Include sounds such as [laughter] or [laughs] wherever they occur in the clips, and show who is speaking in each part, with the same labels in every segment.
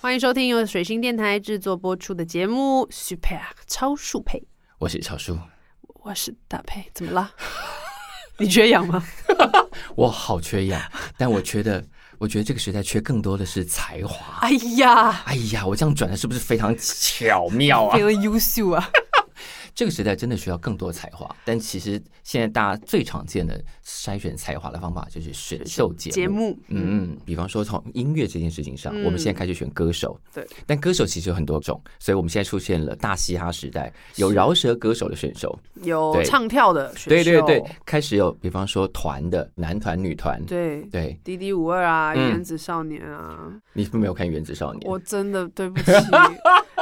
Speaker 1: 欢迎收听由水星电台制作播出的节目《Super 超速配》，
Speaker 2: 我是超叔，
Speaker 1: 我是大配，怎么了？ [laughs] 你缺氧吗？
Speaker 2: 我好
Speaker 1: [laughs]
Speaker 2: 缺氧，但我觉得，我觉得这个时代缺更多的是才华。
Speaker 1: 哎呀，
Speaker 2: 哎呀，我这样转的是不是非常巧妙
Speaker 1: [laughs]
Speaker 2: 啊
Speaker 1: 非？常优秀啊！
Speaker 2: 这个时代真的需要更多才华，但其实现在大家最常见的筛选才华的方法就是选秀节目。
Speaker 1: 节目，嗯，
Speaker 2: 嗯，比方说从音乐这件事情上，我们现在开始选歌手，
Speaker 1: 对，
Speaker 2: 但歌手其实有很多种，所以我们现在出现了大嘻哈时代，有饶舌歌手的选手，
Speaker 1: 有
Speaker 2: 对
Speaker 1: 唱跳的选手，
Speaker 2: 对对对，开始有比方说团的男团、女团，
Speaker 1: 对
Speaker 2: 对，
Speaker 1: 滴滴五二啊，
Speaker 2: 嗯
Speaker 1: 原子少年啊，
Speaker 2: 你是不是没有看《原子少年》？
Speaker 1: 我真的对
Speaker 2: [laughs]
Speaker 1: 不起，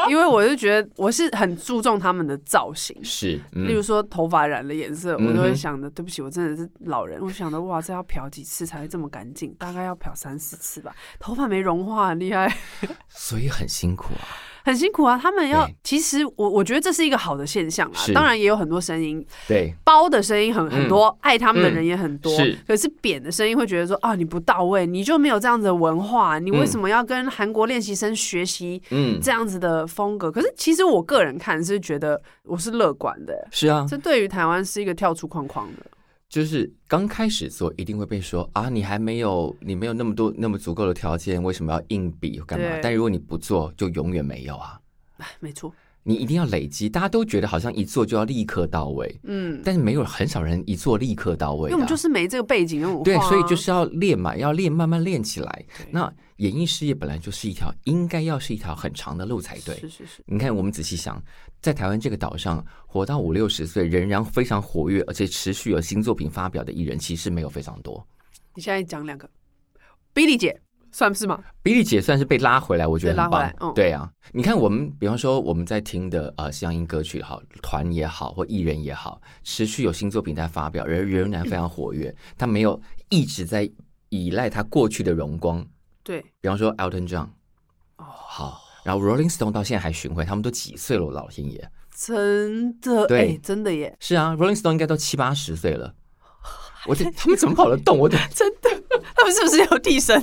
Speaker 1: 因为我就觉得我是很注重他们的造型。
Speaker 2: 是，
Speaker 1: 例
Speaker 2: 嗯
Speaker 1: 如，说头发染了颜色，
Speaker 2: 嗯
Speaker 1: 我
Speaker 2: 哼
Speaker 1: 都会想着，对不起，我真的是老人，我想着哇，这要漂几次才会这么干净？大概要漂三四次吧。头发没融化，很厉害， [laughs]
Speaker 2: 所以很辛苦啊，
Speaker 1: 很辛苦啊。他们要
Speaker 2: 对，
Speaker 1: 其实我我觉得这是一个好的现象啊。
Speaker 2: 是
Speaker 1: 当然也有很多声音，
Speaker 2: 对，
Speaker 1: 包的声音很很多，爱他们的
Speaker 2: 嗯
Speaker 1: 人也很多，
Speaker 2: 是
Speaker 1: 可是扁的声音会觉得说啊，你不到位，你就没有这样子的文化，你为什么要跟韩国练习生学习
Speaker 2: 嗯，
Speaker 1: 这样子的风格？可是其实我个人看是觉得我是乐观的、
Speaker 2: 是啊，
Speaker 1: 这对于台湾是一个跳出框框的。
Speaker 2: 就是刚开始做一定会被说啊，你还没有，你没有那么多那么足够的条件，为什么要硬比干嘛
Speaker 1: 对？
Speaker 2: 但如果你不做，就永远没有啊。
Speaker 1: 哎没错，
Speaker 2: 你一定要累积，大家都觉得好像一做就要立刻到位，
Speaker 1: 嗯，
Speaker 2: 但是没有很少人一做立刻到
Speaker 1: 因
Speaker 2: 位
Speaker 1: 为
Speaker 2: 的啊、
Speaker 1: 我们就是没这个背景跟文化、啊，
Speaker 2: 对，所以就是要练嘛，要练，慢慢练起来
Speaker 1: 对。
Speaker 2: 那演艺事业本来就是一条应该要是一条很长的路才哎对。
Speaker 1: 是是是，
Speaker 2: 你看，我们仔细想，在台湾这个岛上活到五六十岁，仍然非常活跃，而且持续有新作品发表的艺人，其实没有非常多。
Speaker 1: 你现在讲两个，Billy 姐算是吗？
Speaker 2: 比利姐算是被拉回来，我觉
Speaker 1: 被
Speaker 2: 得
Speaker 1: 拉
Speaker 2: 很
Speaker 1: 回
Speaker 2: 棒。
Speaker 1: 来嗯
Speaker 2: 对啊，你看我们，比方说我们在听的呃西洋音歌曲也好，团也好，或艺人也好，持续有新作品在发表，仍仍然非常活跃，他没有一直在依赖他过去的荣光。
Speaker 1: 对，
Speaker 2: 比方说 Elton John，哦，好，然后 Rolling Stone 到现在还巡回，他们都几岁了，我老天爷！
Speaker 1: 真的，
Speaker 2: 对
Speaker 1: 哎真的耶， [laughs]
Speaker 2: 是啊，Rolling Stone 应该都七八十岁了。我这他们怎么跑得
Speaker 1: [laughs]
Speaker 2: 动？我得
Speaker 1: 真的，他们是不是有替身？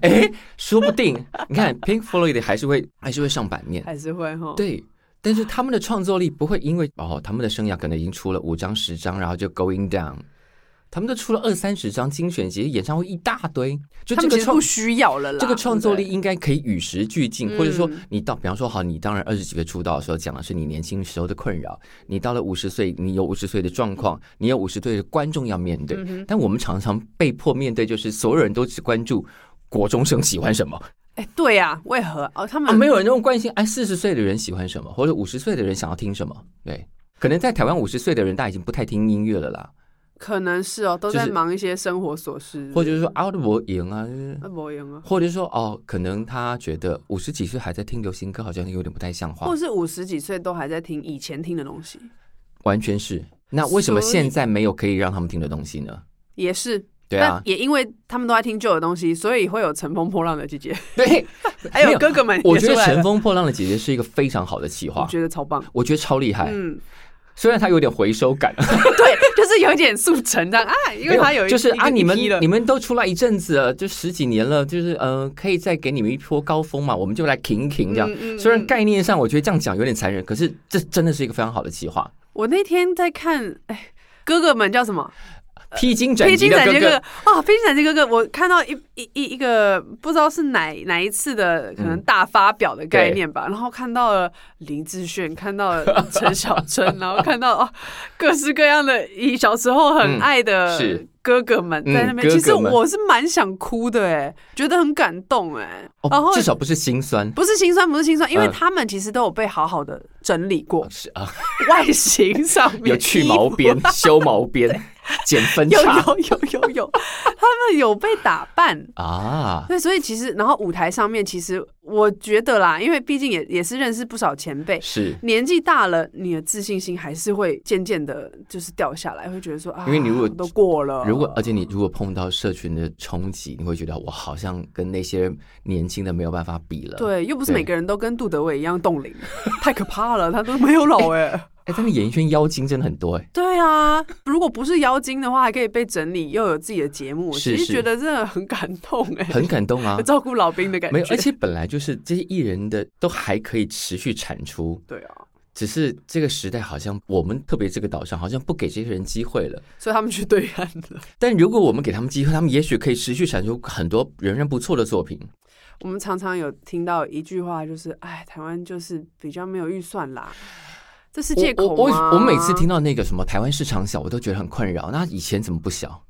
Speaker 2: 哎，说不定你看 Pink Floyd 还是会还是会上版面，
Speaker 1: 还是会哈？
Speaker 2: 对。但是他们的创作力不会因为哦，他们的生涯可能已经出了五张十张，然后就 going down，他们都出了二三十张精选集，演唱会一大堆，就
Speaker 1: 他
Speaker 2: 这
Speaker 1: 们
Speaker 2: 个
Speaker 1: 其实
Speaker 2: 创
Speaker 1: 不需要了啦。
Speaker 2: 这个创作力
Speaker 1: 对
Speaker 2: 应该可以与时俱进，或者说
Speaker 1: 嗯
Speaker 2: 你到，比方说，好，你当然二十几岁出道的时候讲的是你年轻时候的困扰，你到了五十岁，你有五十岁的状况，你有五十岁的观众要面
Speaker 1: 嗯
Speaker 2: 对，但我们常常被迫面对，就是所有人都只关注。国中生喜欢什么
Speaker 1: 不对，哎，对呀，为何？哦，他
Speaker 2: 啊？
Speaker 1: 们
Speaker 2: 没有人用关心哎，四十岁的人喜欢什么，或者五十岁的人想要听什么？对，可能在台湾五十岁的人，大家已经不太听音乐了啦，
Speaker 1: 可能是哦，都在
Speaker 2: 就是
Speaker 1: 忙一些生活琐事，
Speaker 2: 或者是说啊，我赢啊，就是
Speaker 1: 啊，不用啊，
Speaker 2: 或者是说哦，可能他觉得五十几岁还在听流行歌，好像有点不太像话。
Speaker 1: 或是五十几岁都还在听以前听的东西，
Speaker 2: 完全是。那为什么
Speaker 1: 所以
Speaker 2: 现在没有可以让他们听的东西呢？
Speaker 1: 也是。
Speaker 2: 对啊
Speaker 1: 但，也因为他们都在听旧的东西，所以会有乘风破浪的季节，
Speaker 2: [laughs] 对，
Speaker 1: 还有
Speaker 2: 没有
Speaker 1: 哥哥们也出
Speaker 2: 我
Speaker 1: 来了。
Speaker 2: 觉得《啊乘风破浪的姐姐》是一个非常好的企
Speaker 1: 我
Speaker 2: 划，
Speaker 1: 觉得超棒。
Speaker 2: 我觉得超厉害。
Speaker 1: 嗯， [laughs]
Speaker 2: 虽然它有点回收感，
Speaker 1: 对，就是有一点速成这样啊， [laughs] 因为他有一
Speaker 2: 就是啊，
Speaker 1: 一个
Speaker 2: 你们
Speaker 1: 一批了
Speaker 2: 你们都出来一阵子了，就十几年了，就是呃，可以再给你们一波高峰嘛，我们就来停一停这样。
Speaker 1: 嗯嗯
Speaker 2: 虽然
Speaker 1: 嗯
Speaker 2: 概念上我觉得这样讲有点残忍，可是这真的是一个非常好的企划。
Speaker 1: 我那天在看，哎，哥哥们叫什么？
Speaker 2: 披荆斩
Speaker 1: 呃披
Speaker 2: 棘
Speaker 1: 荆
Speaker 2: 的
Speaker 1: 斩棘
Speaker 2: 哥
Speaker 1: 哥
Speaker 2: 哥，
Speaker 1: 哥啊，披荆斩棘哥哥，我看到一一一一个不知道是哪哪一次的可
Speaker 2: 嗯
Speaker 1: 能大发表的概念吧，然后看到了林志炫，看到了陈小春，
Speaker 2: [laughs]
Speaker 1: 然后看到哦各式各样的以小时候很
Speaker 2: 嗯
Speaker 1: 爱的
Speaker 2: 是
Speaker 1: 哥哥们在那边，
Speaker 2: 嗯
Speaker 1: 其实
Speaker 2: 哥哥们
Speaker 1: 我是蛮想哭的哎，觉得很感动哎，然后
Speaker 2: 哦，至少不是心酸，
Speaker 1: 不是心酸，不是心酸，因为
Speaker 2: 嗯
Speaker 1: 他们其实都有被好好的整理
Speaker 2: [laughs]
Speaker 1: 过，
Speaker 2: 是啊，
Speaker 1: 外形上面
Speaker 2: 有去
Speaker 1: 衣
Speaker 2: 毛
Speaker 1: 服
Speaker 2: 边、修毛
Speaker 1: [laughs]
Speaker 2: 边、剪分
Speaker 1: 有
Speaker 2: 叉
Speaker 1: 有有有有，他们有被打扮。
Speaker 2: 啊。
Speaker 1: 对，所以其实，然后舞台上面，其实我觉得啦，因为毕竟也也是认识不少前辈，
Speaker 2: 是
Speaker 1: 年纪大了，你的自信心还是会渐渐的，就是掉下来，会觉得说啊，
Speaker 2: 因为你如果
Speaker 1: 都过了，
Speaker 2: 如果而且你如果碰到社群的冲击，你会觉得我好像跟那些年轻的没有办法比了。，
Speaker 1: 对，又不是
Speaker 2: 对
Speaker 1: 每个人都跟杜德伟一样冻龄，太可怕了，他都没有老哎、
Speaker 2: 哎，但是演艺圈妖精真的很多哎、
Speaker 1: 对啊，如果不是妖精的话，还可以被整理，又有自己的节目，
Speaker 2: 是
Speaker 1: 其实
Speaker 2: 是
Speaker 1: 觉得真的很感动哎、
Speaker 2: 很感动啊
Speaker 1: [laughs] 有。照顾老兵的感觉。
Speaker 2: 没有，而且本来就是这些艺人的都还可以持续产出，
Speaker 1: 对啊，
Speaker 2: 只是这个时代好像我们特别这个岛上好像不给这些人机会了。
Speaker 1: 所以他们去对岸了。
Speaker 2: 但如果我们给他们机会，他们也许可以持续产出很多仍然不错的作品。
Speaker 1: 我们常常有听到一句话，就是“哎，台湾就是比较没有预算啦”，这是借口
Speaker 2: 我我
Speaker 1: 吗
Speaker 2: 我我每次听到那个什么台湾市场小，我都觉得很困扰。那以前怎么不小？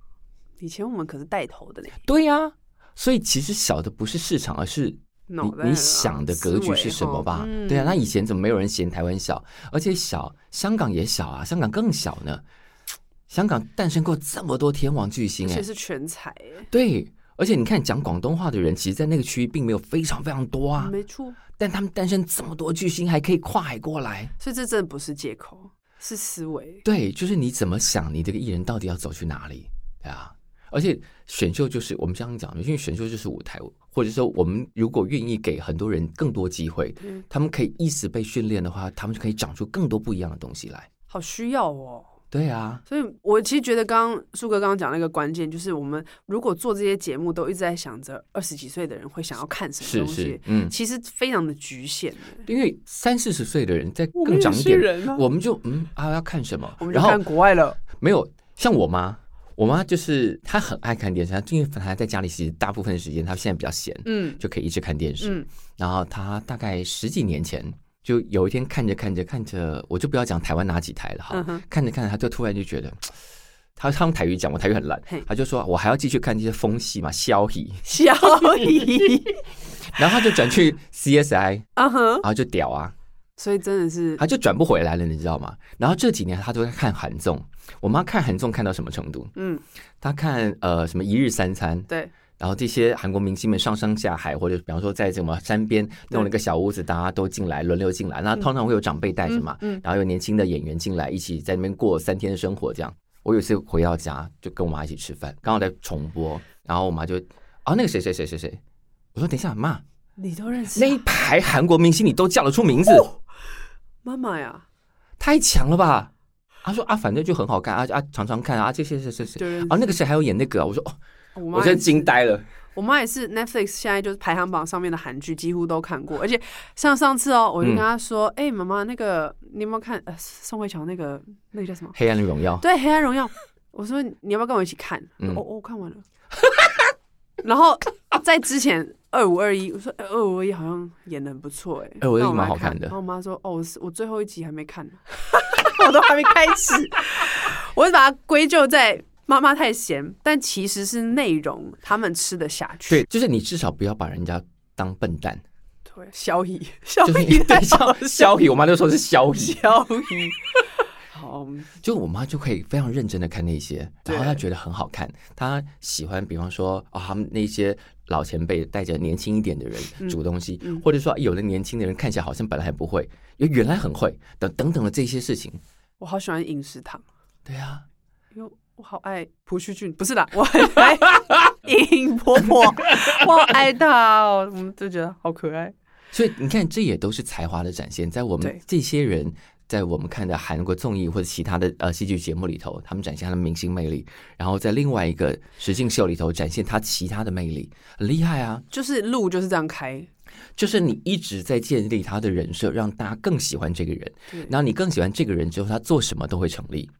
Speaker 1: 以前我们可是带头的嘞，
Speaker 2: 对呀、所以其实小的不是市场，而是
Speaker 1: 脑袋
Speaker 2: 你
Speaker 1: 啦
Speaker 2: 你想的格局是什么吧？
Speaker 1: 思维哈
Speaker 2: 对啊，那
Speaker 1: 嗯
Speaker 2: 以前怎么没有人嫌台湾小？而且小，香港也小啊，香港更小呢。香港诞生过这么多天王巨星
Speaker 1: 嗯而
Speaker 2: 哎、
Speaker 1: 且是全才哎、
Speaker 2: 对，而且你看讲广东话的人，其实，在那个区域并没有非常非常多啊，
Speaker 1: 没错，
Speaker 2: 但他们诞生这么多巨星，还可以跨海过来。
Speaker 1: 所以这真的不是借口，是思维。
Speaker 2: 对，就是你怎么想，你这个艺人到底要走去哪里？对啊，而且选秀就是我们这样讲，因为选秀就是舞台，或者说我们如果愿意给很多人更多机会，
Speaker 1: 嗯
Speaker 2: 他们可以一直被训练的话，他们就可以长出更多不一样的东西来。
Speaker 1: 好需要哦。
Speaker 2: 对啊，
Speaker 1: 所以，我其实觉得刚刚树哥刚刚讲那个关键，就是我们如果做这些节目，都一直在想着二十几岁的人会想要看什么
Speaker 2: 是
Speaker 1: 东西，
Speaker 2: 是，嗯，
Speaker 1: 其实非常的局限的。
Speaker 2: 因为三四十岁的人再
Speaker 1: 我
Speaker 2: 更长一点，
Speaker 1: 人
Speaker 2: 我们就嗯啊要看什么
Speaker 1: 我，们就
Speaker 2: 然后
Speaker 1: 看国外了。
Speaker 2: 没有像我妈，我妈就是她很爱看电视，她因为她在家里其实大部分的时间，她现在比较闲，
Speaker 1: 嗯
Speaker 2: 就可以一直看电视。
Speaker 1: 嗯，
Speaker 2: 然后她大概十几年前，就有一天看着看着看着，我就不要讲台湾哪几台了哈，
Speaker 1: 嗯哼
Speaker 2: 看着看着，她就突然就觉得。 [sniffs] 她她用台语讲，我台语很烂
Speaker 1: 嘿，
Speaker 2: 她就说我还要继续看这些风戏嘛，消息，
Speaker 1: [laughs]
Speaker 2: [laughs]
Speaker 1: 小 [laughs] 姨，
Speaker 2: 然后她就转去 CSI，然
Speaker 1: 嗯哼，
Speaker 2: 后就屌啊，
Speaker 1: 所以真的是
Speaker 2: 她就转不回来了，你知道吗？然后这几年她都在看韩综，我妈看韩综看到什么程度？
Speaker 1: 嗯，
Speaker 2: 她看呃什么一日三餐，
Speaker 1: 对，
Speaker 2: 然后这些韩国明星们上山下海，或者比方说在什么山边弄了一个小屋子，大家都进来轮流进来，那通常会有长辈带着嘛，
Speaker 1: 嗯嗯
Speaker 2: 然后有年轻的演员进来一起在那边过三天的生活这样。我有一次回到家就跟我妈一起吃饭，刚好在重播，然后我妈就啊那个谁谁谁谁谁，我说等一下妈，
Speaker 1: 你都认识
Speaker 2: 那一
Speaker 1: 啊
Speaker 2: 排韩国明星你都叫得出名字，
Speaker 1: 妈妈呀，
Speaker 2: 太强了吧？她说啊反正就很好看啊啊常常看啊这些谁谁谁
Speaker 1: 就认识
Speaker 2: 啊那个谁还有演那个啊、我说哦
Speaker 1: 我妈
Speaker 2: 我真
Speaker 1: 也
Speaker 2: 的惊
Speaker 1: 是
Speaker 2: 呆了，
Speaker 1: 我妈也是 Netflix 现在就是排行榜上面的韩剧几乎都看过，而且像上次哦，我就
Speaker 2: 嗯
Speaker 1: 跟她说：“哎、妈妈，那个你有没有看呃宋慧乔那个那个叫什么？
Speaker 2: 黑暗荣耀。
Speaker 1: 对，《黑暗荣耀》。”我说：“你要不要跟我一起看？”
Speaker 2: 嗯
Speaker 1: 哦哦，我看完了。 [laughs] 然后在之前二五二一，我说：“哎二五二一好像演的很不错哎、
Speaker 2: 2521
Speaker 1: 那我来
Speaker 2: 蛮好看的
Speaker 1: 然后我妈说：“哦，我是我最后一集还没看
Speaker 2: [laughs]
Speaker 1: 呢，我都还没开始。” [laughs] 我就把它归咎在。妈妈太闲，但其实是内容他们吃得下去。
Speaker 2: 对，就是你至少不要把人家当笨蛋，
Speaker 1: 对，萧逸，萧
Speaker 2: 就是
Speaker 1: 逸
Speaker 2: 哦你
Speaker 1: 太
Speaker 2: 对消 [laughs] 消息，我妈就说是消息，
Speaker 1: 萧逸。 [laughs] 好，
Speaker 2: 就我妈就可以非常认真的看那些，
Speaker 1: 对
Speaker 2: 然后她觉得很好看，她喜欢，比方说啊、他们那些老前辈带着年轻一点的人煮东西，或者说哎有的年轻的人看起来好像本来还不会，又原来很会，等等等的这些事情，
Speaker 1: 我好喜欢饮食堂，
Speaker 2: 对啊，
Speaker 1: 因为我好爱朴叙俊，不是啦，我很
Speaker 2: [laughs]
Speaker 1: 爱尹婆婆，我好爱她哦，我们就觉得好可爱。
Speaker 2: 所以你看，这也都是才华的展现，在我们
Speaker 1: 对
Speaker 2: 这些人。在我们看的韩国综艺或者其他的呃戏剧节目里头，他们展现他的明星魅力，然后在另外一个实境秀里头展现他其他的魅力，很厉害啊！
Speaker 1: 就是路就是这样开，
Speaker 2: 就是你一直在建立他的人设，让大家更喜欢这个人，
Speaker 1: 对
Speaker 2: 然后你更喜欢这个人之后，他做什么都会成立。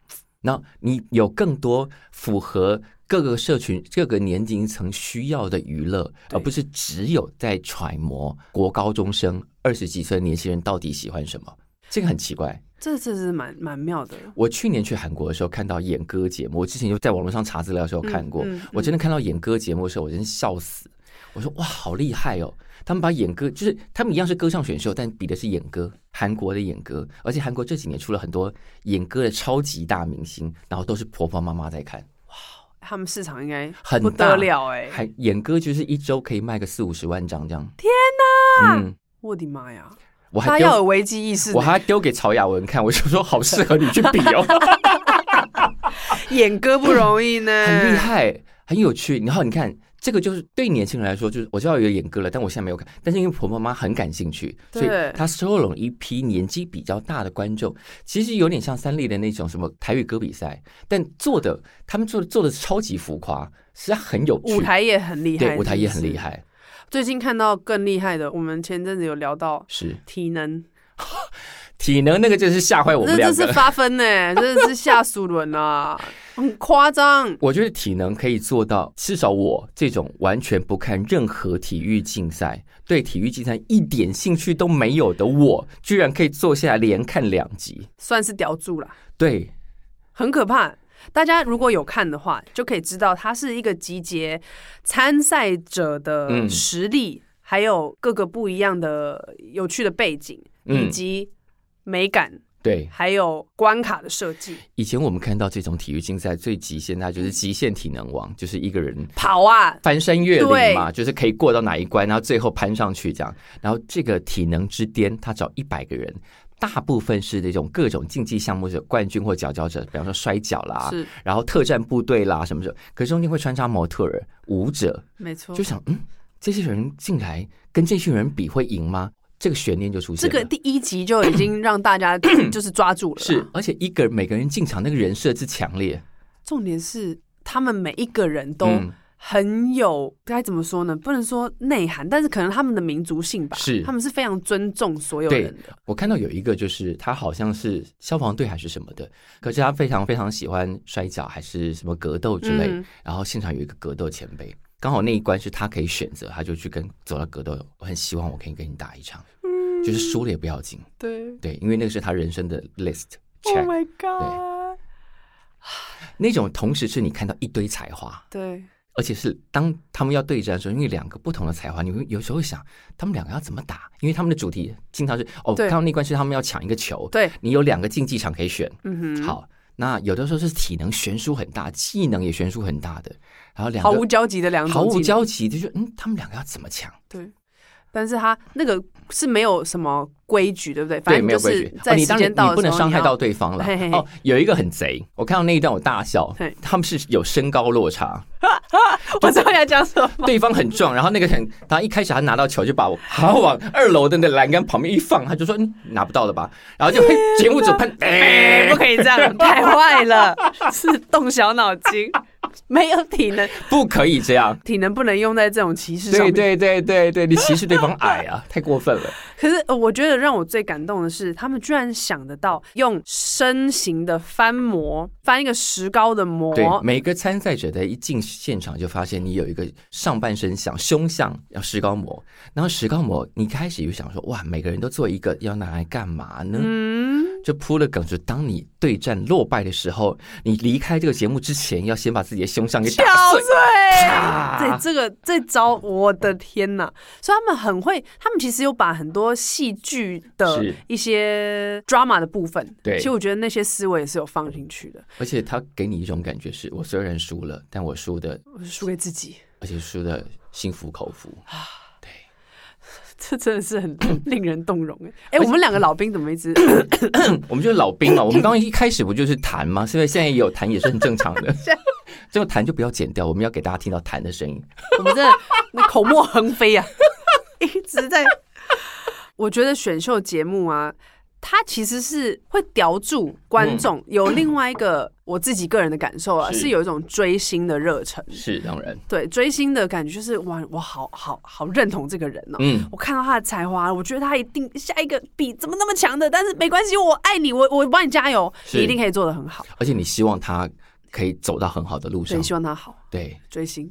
Speaker 2: 那你有更多符合各个社群、各个年龄层需要的娱乐，
Speaker 1: 对
Speaker 2: 而不是只有在揣摩国高中生二十几岁的年轻人到底喜欢什么。这个很奇怪。
Speaker 1: 这这是蛮蛮妙的。
Speaker 2: 我去年去韩国的时候看到演歌节目，我之前就在网络上查资料的时候看过，
Speaker 1: 嗯嗯嗯
Speaker 2: 我真的看到演歌节目的时候，我真是笑死。我说哇，好厉害哦！他们把演歌，就是他们一样是歌唱选秀，但比的是演歌，韩国的演歌，而且韩国这几年出了很多演歌的超级大明星，然后都是婆婆妈妈在看，
Speaker 1: 他们市场应该
Speaker 2: 很
Speaker 1: 不
Speaker 2: 大
Speaker 1: 得了哎、
Speaker 2: 还演歌就是一周可以卖个四五十万张这样。天哪！嗯，
Speaker 1: 我的妈呀，
Speaker 2: 我还
Speaker 1: 他要
Speaker 2: 丢
Speaker 1: 有危机意识
Speaker 2: 我
Speaker 1: 呢，
Speaker 2: 还丢给曹雅文看，我就说好适合你去比
Speaker 1: [laughs]
Speaker 2: 哦。
Speaker 1: 演歌不容易呢，嗯
Speaker 2: 很厉害，很有趣。然后你看，这个就是对年轻人来说，就是我知道有演歌了，但我现在没有看。但是因为婆婆妈很感兴趣，所以
Speaker 1: 对
Speaker 2: 她收拢一批年纪比较大的观众，其实有点像三立的那种什么台语歌比赛，但做的他们做的做的超级浮夸，实际上很有趣。
Speaker 1: 舞台也很厉害，
Speaker 2: 对舞台也很厉
Speaker 1: 害。
Speaker 2: 害，
Speaker 1: 最近看到更厉害的，我们前阵子有聊到
Speaker 2: 是
Speaker 1: 体能，
Speaker 2: 体能那个真是吓坏我们
Speaker 1: 这
Speaker 2: 两
Speaker 1: 这是
Speaker 2: 个。
Speaker 1: 发疯呢、这是下属轮啊，很夸张。
Speaker 2: 我觉得体能可以做到，至少我这种完全不看任何体育竞赛、对体育竞赛一点兴趣都没有的我，居然可以坐下来连看两集。
Speaker 1: 算是叼住了，
Speaker 2: 对，
Speaker 1: 很可怕。大家如果有看的话，就可以知道它是一个集结参赛者的
Speaker 2: 嗯
Speaker 1: 实力，还有各个不一样的有趣的背景，
Speaker 2: 嗯
Speaker 1: 以及美感，
Speaker 2: 对，
Speaker 1: 还有关卡的设计。
Speaker 2: 以前我们看到这种体育竞赛最极限，那就是极限体能王，就是一个人
Speaker 1: 跑啊，
Speaker 2: 翻山越
Speaker 1: 对
Speaker 2: 岭嘛，就是可以过到哪一关，然后最后攀上去这样。然后这个体能之巅，他找一百个人，大部分是那种各种竞技项目的冠军或佼佼者，比方说摔跤啦，
Speaker 1: 是
Speaker 2: 然后特战部队啦什么什么，可是中间会穿插模特儿、舞者，
Speaker 1: 没错
Speaker 2: 就。想嗯，这些人进来跟这群人比会赢吗？这个悬念就出
Speaker 1: 这
Speaker 2: 现了。
Speaker 1: 个啊第一集就已经让大家就是抓住了啦。
Speaker 2: 是，而且一个每个人进场那个人设之强烈，
Speaker 1: 重点是他们每一个人都
Speaker 2: 嗯
Speaker 1: 很有该怎么说呢？不能说内涵，但是可能他们的民族性吧，
Speaker 2: 是
Speaker 1: 他们是非常尊重所有
Speaker 2: 对
Speaker 1: 人的。
Speaker 2: 我看到有一个，就是他好像是消防队还是什么的，可是他非常非常喜欢摔跤还是什么格斗之类。
Speaker 1: 嗯
Speaker 2: 然后现场有一个格斗前辈，刚好那一关是他可以选择，他就去跟走到格斗，我很希望我可以跟你打一场，
Speaker 1: 嗯
Speaker 2: 就是输了也不要紧，
Speaker 1: 对
Speaker 2: 对，因为那个是他人生的 list
Speaker 1: ，Oh
Speaker 2: check，、
Speaker 1: my god，
Speaker 2: 那种同时是你看到一堆才华，
Speaker 1: 对，
Speaker 2: 而且是当他们要对战的时候，因为两个不同的才华，你会有时候会想他们两个要怎么打，因为他们的主题经常是哦，
Speaker 1: 对
Speaker 2: 看到那关是他们要抢一个球，
Speaker 1: 对，
Speaker 2: 你有两个竞技场可以选，
Speaker 1: 嗯哼，，
Speaker 2: 好，那有的时候是体能悬殊很大，技能也悬殊很大的，然后两
Speaker 1: 毫
Speaker 2: 个
Speaker 1: 无交集的两种，
Speaker 2: 毫无，交集，就是嗯，他们两个要怎么抢？
Speaker 1: 对。但是他那个是没有什么规矩，对不对？反
Speaker 2: 对，
Speaker 1: 正
Speaker 2: 没
Speaker 1: 就
Speaker 2: 有规
Speaker 1: 是
Speaker 2: 矩。哦
Speaker 1: 在
Speaker 2: 你
Speaker 1: 时
Speaker 2: 当然
Speaker 1: 间到
Speaker 2: 你
Speaker 1: 的时候，
Speaker 2: 不能伤害
Speaker 1: 要
Speaker 2: 到对方了。
Speaker 1: 嘿嘿嘿
Speaker 2: 哦，有一个很贼，我看到那一段我大笑
Speaker 1: 嘿，
Speaker 2: 他们是有身高落差，
Speaker 1: [laughs] 我知道要讲什么。
Speaker 2: [laughs]
Speaker 1: [laughs]
Speaker 2: 对方很壮，然后那个很，他一开始他拿到球就把我，然后往二楼的那栏杆旁边一放，他就说嗯拿不到了吧，然后就嘿节目组喷，哎
Speaker 1: 哎，不可以这样，太坏
Speaker 2: [laughs]
Speaker 1: 了，是动小脑筋，没有体能， [laughs]
Speaker 2: 不可以这样。
Speaker 1: 体能不能用在这种歧视上
Speaker 2: 对
Speaker 1: 面。
Speaker 2: 对对对对，你歧视对方矮啊，太过分了。
Speaker 1: 可是呃我觉得让我最感动的是，他们居然想得到用身形的翻模，翻一个石膏的模，
Speaker 2: 对，每个参赛者在一进现场就发现你有一个上半身像胸像要石膏模，然后石膏模你开始就想说哇，每个人都做一个要拿来干嘛呢？
Speaker 1: 嗯，
Speaker 2: 就铺了梗，就当你对战落败的时候，你离开这个节目之前要先把自己的胸像给
Speaker 1: 敲
Speaker 2: 打碎。
Speaker 1: 碎。 [laughs] 对
Speaker 2: 啪
Speaker 1: 这个这招，我的天呐！所以他们很会，他们其实有把很多戏剧的
Speaker 2: 是
Speaker 1: 一些 drama 的部分，
Speaker 2: 对
Speaker 1: 其实我觉得那些思维也是有放进去的。
Speaker 2: 而且他给你一种感觉是，我虽然输了，但我输的，
Speaker 1: 我输给自己，
Speaker 2: 而且输的心服口服。
Speaker 1: 这真的是很 [coughs] 令人动容哎。哎，我们两个老兵怎么一直现
Speaker 2: 我们就是老兵 [laughs] 嘛，我们刚刚一开始不就是弹吗？所以现在也有弹也 [laughs] 是很啊正常的。这个弹就不要剪掉，我们要给大家听到弹的声音。
Speaker 1: 我们真的那口沫横飞啊， [laughs] 一直在。我觉得选秀节目啊，它其实是会叼住观众，有另外一个我自己个人的感受啊，
Speaker 2: 嗯是
Speaker 1: 是有一种追星的热忱。
Speaker 2: 是当然，
Speaker 1: 对追星的感觉就是哇，我好好好认同这个人哦、
Speaker 2: 嗯，
Speaker 1: 我看到他的才华，我觉得他一定下一个比怎么那么强的，但是没关系，我爱你，我我帮你加油，
Speaker 2: 是
Speaker 1: 你一定可以做得很好。
Speaker 2: 而且你希望他可以走到很好的路
Speaker 1: 所
Speaker 2: 上
Speaker 1: 以。希望他好
Speaker 2: 对，
Speaker 1: 追星。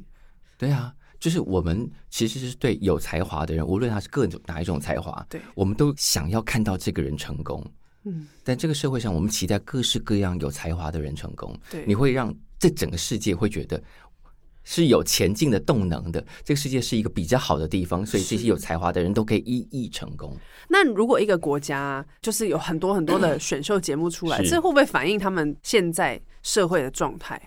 Speaker 2: 对啊，就是我们其实是对有才华的人，无论他是各种哪一种才华，
Speaker 1: 对
Speaker 2: 我们都想要看到这个人成功。
Speaker 1: 嗯，
Speaker 2: 但这个社会上，我们期待各式各样有才华的人成功，
Speaker 1: 对
Speaker 2: 你会让这整个世界会觉得。是有前进的动能的，这个世界是一个比较好的地方，所以这
Speaker 1: 是
Speaker 2: 些有才华的人都可以一一成功。
Speaker 1: 那如果一个国家啊就是有很多很多的选秀节目出来，
Speaker 2: 嗯是
Speaker 1: 这会不会反映他们现在社会的状态？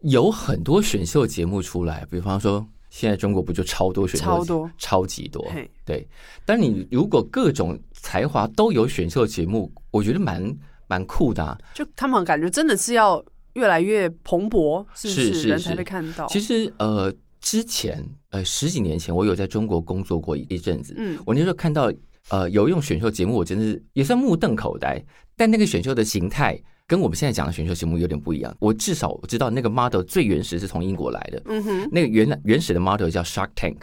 Speaker 2: 有很多选秀节目出来，比方说现在中国不就超多选秀节目，
Speaker 1: 超多
Speaker 2: 超级多，
Speaker 1: 嘿，
Speaker 2: 对，但你如果各种才华都有选秀节目，我觉得蛮蛮酷的、啊。
Speaker 1: 就他们感觉真的是要越来越蓬勃，是不
Speaker 2: 是是
Speaker 1: 人才
Speaker 2: 是
Speaker 1: 被看到。
Speaker 2: 其实呃，之前呃十几年前，我有在中国工作过一一阵子，
Speaker 1: 嗯
Speaker 2: 我那时候看到呃有一种选秀节目，我真的是也算目瞪口呆。但那个选秀的形态跟我们现在讲的选秀节目有点不一样。我至少我知道那个 model 最原始是从英国来的，
Speaker 1: 嗯哼，
Speaker 2: 那个原来原始的 model 叫 Shark Tank。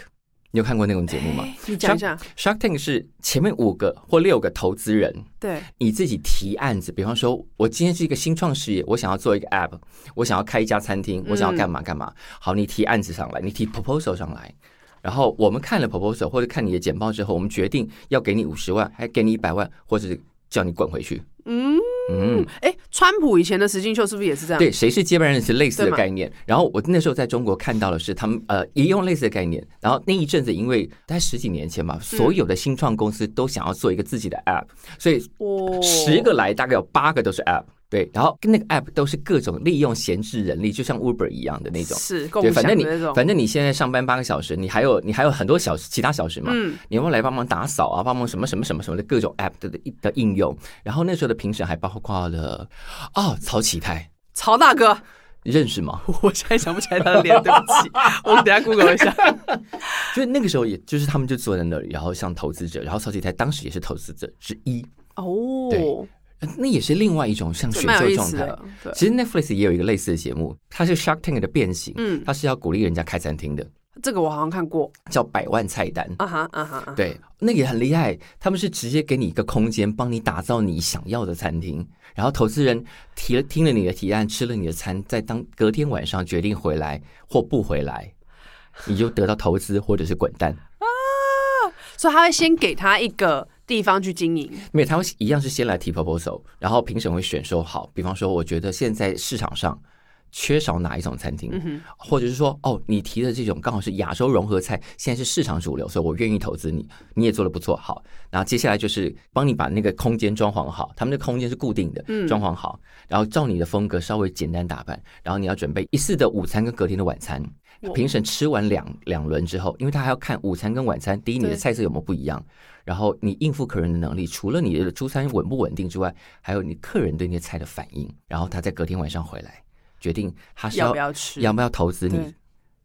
Speaker 2: 你有看过那种节目吗
Speaker 1: 哎你讲一下，
Speaker 2: ？Shark Tank 是前面五个或六个投资人，
Speaker 1: 对，
Speaker 2: 你自己提案子，比方说，我今天是一个新创事业，我想要做一个 app，我想要开一家餐厅，
Speaker 1: 嗯
Speaker 2: 我想要干嘛干嘛。好，你提案子上来，你提 proposal 上来，然后我们看了 proposal 或者看你的简报之后，我们决定要给你五十万，还给你一百万，或者是叫你滚回去。
Speaker 1: 嗯，
Speaker 2: 嗯，
Speaker 1: 哎，川普以前的实境秀是不是也是这样？，
Speaker 2: 对，谁是接班人是类似
Speaker 1: 对
Speaker 2: 的
Speaker 1: 嘛
Speaker 2: 概念。然后我那时候在中国看到的是他们呃也用类似的概念。然后那一阵子，因为在十几年
Speaker 1: 嗯
Speaker 2: 前吧，所有的新创公司都想要做一个自己的 app，所以
Speaker 1: 哦，
Speaker 2: 十个来大概有八个都是 App，对，然后跟那个 App 都是各种利用闲置人力，就像 Uber 一样的那种。
Speaker 1: 是
Speaker 2: 对，
Speaker 1: 共享
Speaker 2: 反正
Speaker 1: 的
Speaker 2: 你
Speaker 1: 那种，
Speaker 2: 反正你现在上班八个小时，你还有你还有很多小时其他小时嘛，
Speaker 1: 嗯
Speaker 2: 你要不要来帮忙打扫啊，帮忙什么什么什么什么的各种 App 的的的应用。然后那时候的评审还包括了哦，曹启泰，
Speaker 1: 曹大
Speaker 2: [laughs]
Speaker 1: 哥，
Speaker 2: 认识吗？
Speaker 1: 我现在想不起来他的脸，对不 [laughs] 起，我等一下 Google 一下。
Speaker 2: 所以那个时候也就是他们就坐在那里，然后像投资者，然后曹启泰当时也是投资者之一，
Speaker 1: 哦
Speaker 2: 对，呃那也是另外一种像选
Speaker 1: 蛮有
Speaker 2: 秀
Speaker 1: 意
Speaker 2: 状
Speaker 1: 思
Speaker 2: 态。
Speaker 1: 的，对，
Speaker 2: 其实 Netflix 也有一个类似的节目，它是 Shark Tank 的变形，
Speaker 1: 嗯
Speaker 2: 它是要鼓励人家开餐厅的，
Speaker 1: 这个我好像看过，
Speaker 2: 叫百万菜单。
Speaker 1: 啊哈啊哈，啊哈，
Speaker 2: 对，那个也很厉害，他们是直接给你一个空间，帮你打造你想要的餐厅，然后投资人提了听了你的提案，吃了你的餐，再当隔天晚上决定回来或不回来，你就得到投资或者是滚蛋。
Speaker 1: 所以他会先给他一个地方去经营，
Speaker 2: 没有，他会一样是先来提 proposal，然后评审会选说好，比方说，我觉得现在市场上缺少哪一种餐
Speaker 1: 嗯
Speaker 2: 厅，或者是说，哦，你提的这种刚好是亚洲融合菜，现在是市场主流，所以我愿意投资你，你也做的不错，好。然后接下来就是帮你把那个空间装潢好，他们的空间是固定的，
Speaker 1: 嗯
Speaker 2: 装潢好，然后照你的风格稍微简单打扮，然后你要准备一次的午餐跟隔天的晚餐。
Speaker 1: 哇
Speaker 2: 评审吃完两两轮之后，因为他还要看午餐跟晚餐，第一你的
Speaker 1: 对
Speaker 2: 菜色有没有不一样，然后你应付客人的能力，除了你的出餐稳不稳定之外，还有你客人对那些菜的反应，然后他在隔天晚上回来决定他是
Speaker 1: 要
Speaker 2: 要
Speaker 1: 不要吃？
Speaker 2: 要不要投资你
Speaker 1: 对，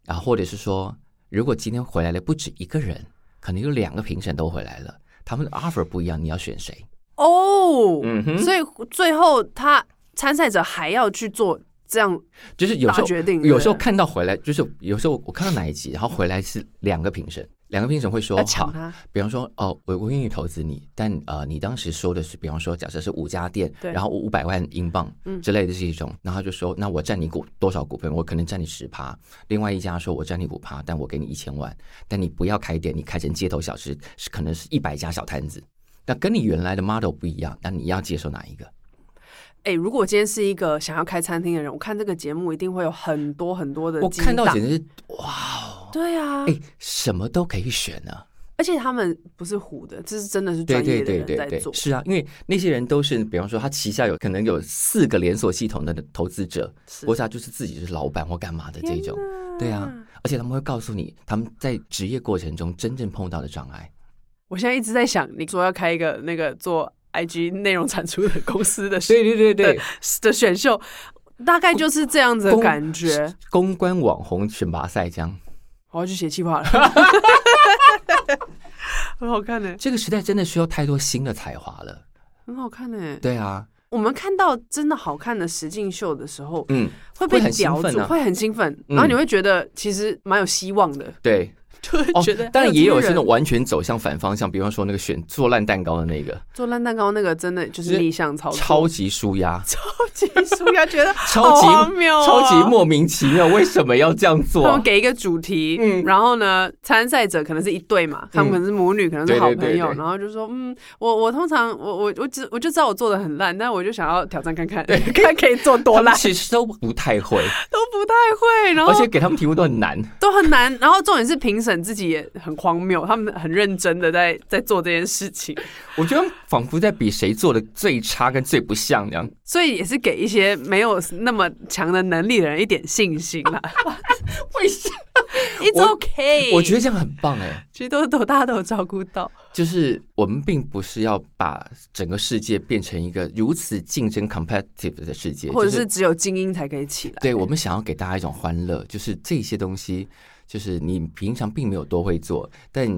Speaker 2: 然后或者是说，如果今天回来了不止一个人，可能有两个评审都回来了，他们的 offer 不一样，你要选谁？
Speaker 1: 哦，
Speaker 2: 嗯哼，
Speaker 1: 所以最后他参赛者还要去做这样
Speaker 2: 就是有时
Speaker 1: 大
Speaker 2: 候
Speaker 1: 决定，
Speaker 2: 有时候
Speaker 1: 对不对
Speaker 2: 看到回来，就是有时候我看到哪一集，然后回来是两个评审，两个评审会说
Speaker 1: 要
Speaker 2: 好
Speaker 1: 抢。他，
Speaker 2: 比方说，哦，我我愿意投资你，但呃，你当时说的是，比方说，假设是五家店，
Speaker 1: 对嗯
Speaker 2: 然后五百万英镑之类的这一种，然后他就说，那我占你股多少股份？我可能占你十趴，另外一家说我占你五趴，但我给你一千万，但你不要开店，你开成街头小吃，是可能是一百家小摊子，那跟你原来的 model 不一样，那你要接受哪一个？
Speaker 1: 哎、如果我今天是一个想要开餐厅的人，我看这个节目一定会有很多很多的
Speaker 2: 我
Speaker 1: 激
Speaker 2: 看到
Speaker 1: 荡
Speaker 2: 简直是哇哦，
Speaker 1: 对啊，
Speaker 2: 哎，什么都可以选啊。
Speaker 1: 而且他们不是唬的，这是真的是
Speaker 2: 对
Speaker 1: 专
Speaker 2: 对
Speaker 1: 业的
Speaker 2: 对
Speaker 1: 人
Speaker 2: 对
Speaker 1: 在
Speaker 2: 对
Speaker 1: 做，，
Speaker 2: 是啊，因为那些人都是，比方说他旗下有可能有四个连锁系统的投资者，
Speaker 1: 是
Speaker 2: 或者他就是自己是老板或干嘛的这种，对啊
Speaker 1: 啊，
Speaker 2: 而且他们会告诉你他们在职业过程中真正碰到的障碍。
Speaker 1: 我现在一直在想，你说要开一个那个做 IG 内容产出的公司的
Speaker 2: 对对
Speaker 1: 对，的选秀，大概就是这样子的感觉。
Speaker 2: 公关网红选拔赛这样，
Speaker 1: 我要去写计
Speaker 2: [laughs]
Speaker 1: 划了，很好看呢、
Speaker 2: 这个时代真的需要太多新的才华了。
Speaker 1: 很好看呢、
Speaker 2: 对啊，
Speaker 1: 我们看到真的好看的实境秀的时候，
Speaker 2: 嗯，
Speaker 1: 会被
Speaker 2: 会很兴
Speaker 1: 叼
Speaker 2: 奋
Speaker 1: 住，
Speaker 2: 啊
Speaker 1: 会很兴奋，
Speaker 2: 嗯
Speaker 1: 然后你会觉得其实蛮有希望的，
Speaker 2: 对。
Speaker 1: 就会 [laughs]
Speaker 2: 哦
Speaker 1: 觉得，
Speaker 2: 当
Speaker 1: 还
Speaker 2: 然也
Speaker 1: 这
Speaker 2: 有
Speaker 1: 些
Speaker 2: 是
Speaker 1: 人
Speaker 2: 那种完全走向反方向，比方说那个选做烂蛋糕的那个，
Speaker 1: 做烂蛋糕那个真的就
Speaker 2: 就是是
Speaker 1: 逆向操作，
Speaker 2: 超级舒压，
Speaker 1: 超级舒压，觉得
Speaker 2: 超级
Speaker 1: 好荒谬哦
Speaker 2: 超级莫名其妙，为什么要这样做
Speaker 1: 他
Speaker 2: 啊？
Speaker 1: 们给一个主题，
Speaker 2: 嗯
Speaker 1: 然后呢，参赛者可能是一对嘛，他们可能是母女，可能是好朋友，
Speaker 2: 对对对对
Speaker 1: 然后就说，嗯，我我通常我我我只我就知道我做的很烂，但我就想要挑战看看， [laughs] 看可以做多
Speaker 2: 他们 [laughs]
Speaker 1: 烂，
Speaker 2: 其实都不太会，
Speaker 1: 都不太会，然后
Speaker 2: 而且给他们题目都很难。
Speaker 1: 都很难，然后重点是评审自己也很荒谬，他们很认真的在在做这件事情，
Speaker 2: 我觉得仿佛在比谁做的最差跟最不像这样。
Speaker 1: 所以也是给一些没有那么强的能力的人一点信心啦。
Speaker 2: [laughs] 为什么？
Speaker 1: It's
Speaker 2: 我
Speaker 1: okay，
Speaker 2: 我觉得这样很棒哎，
Speaker 1: 其实都都大家都有照顾到，
Speaker 2: 就是我们并不是要把整个世界变成一个如此竞争 competitive 的世界，
Speaker 1: 或者
Speaker 2: 就是
Speaker 1: 只有精英才可以起来。
Speaker 2: 对我们想要给大家一种欢乐，就是这些东西就是你平常并没有多会做，但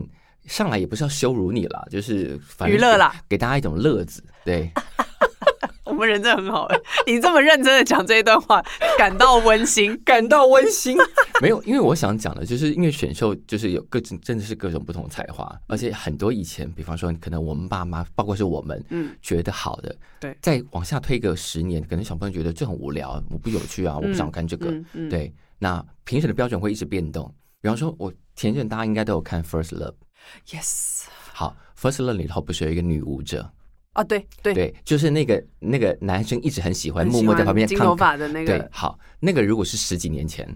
Speaker 2: 上来也不是要羞辱你啦，就是反正
Speaker 1: 娱乐啦，
Speaker 2: 给大家一种乐子。对，
Speaker 1: [laughs] 我们人真的很好哎、你这么认真的讲这一段 [laughs] 话，感到温馨。
Speaker 2: 感到温馨。 [laughs] 没有，因为我想讲的就是，因为选秀就是有各种真的是各种不同的才华，而且很多以前，比方说可能我们爸妈，包括是我们，
Speaker 1: 嗯，
Speaker 2: 觉得好的，
Speaker 1: 对
Speaker 2: 再往下推个十年，可能小朋友觉得这很无聊，我不有趣啊，我不想干这个，
Speaker 1: 嗯嗯，
Speaker 2: 对，那评审的标准会一直变动。比方说，我前阵大家应该都有看《First Love》，
Speaker 1: ，yes，
Speaker 2: 好，《First Love》里头不是有一个女舞者？
Speaker 1: 啊，对对，
Speaker 2: 对，就是那个那个男生一直很喜欢，
Speaker 1: 很喜
Speaker 2: 默默在
Speaker 1: 欢
Speaker 2: 旁边
Speaker 1: 金
Speaker 2: 看
Speaker 1: 头发的那
Speaker 2: 对
Speaker 1: 个，，
Speaker 2: 好，那个如果是十几年前，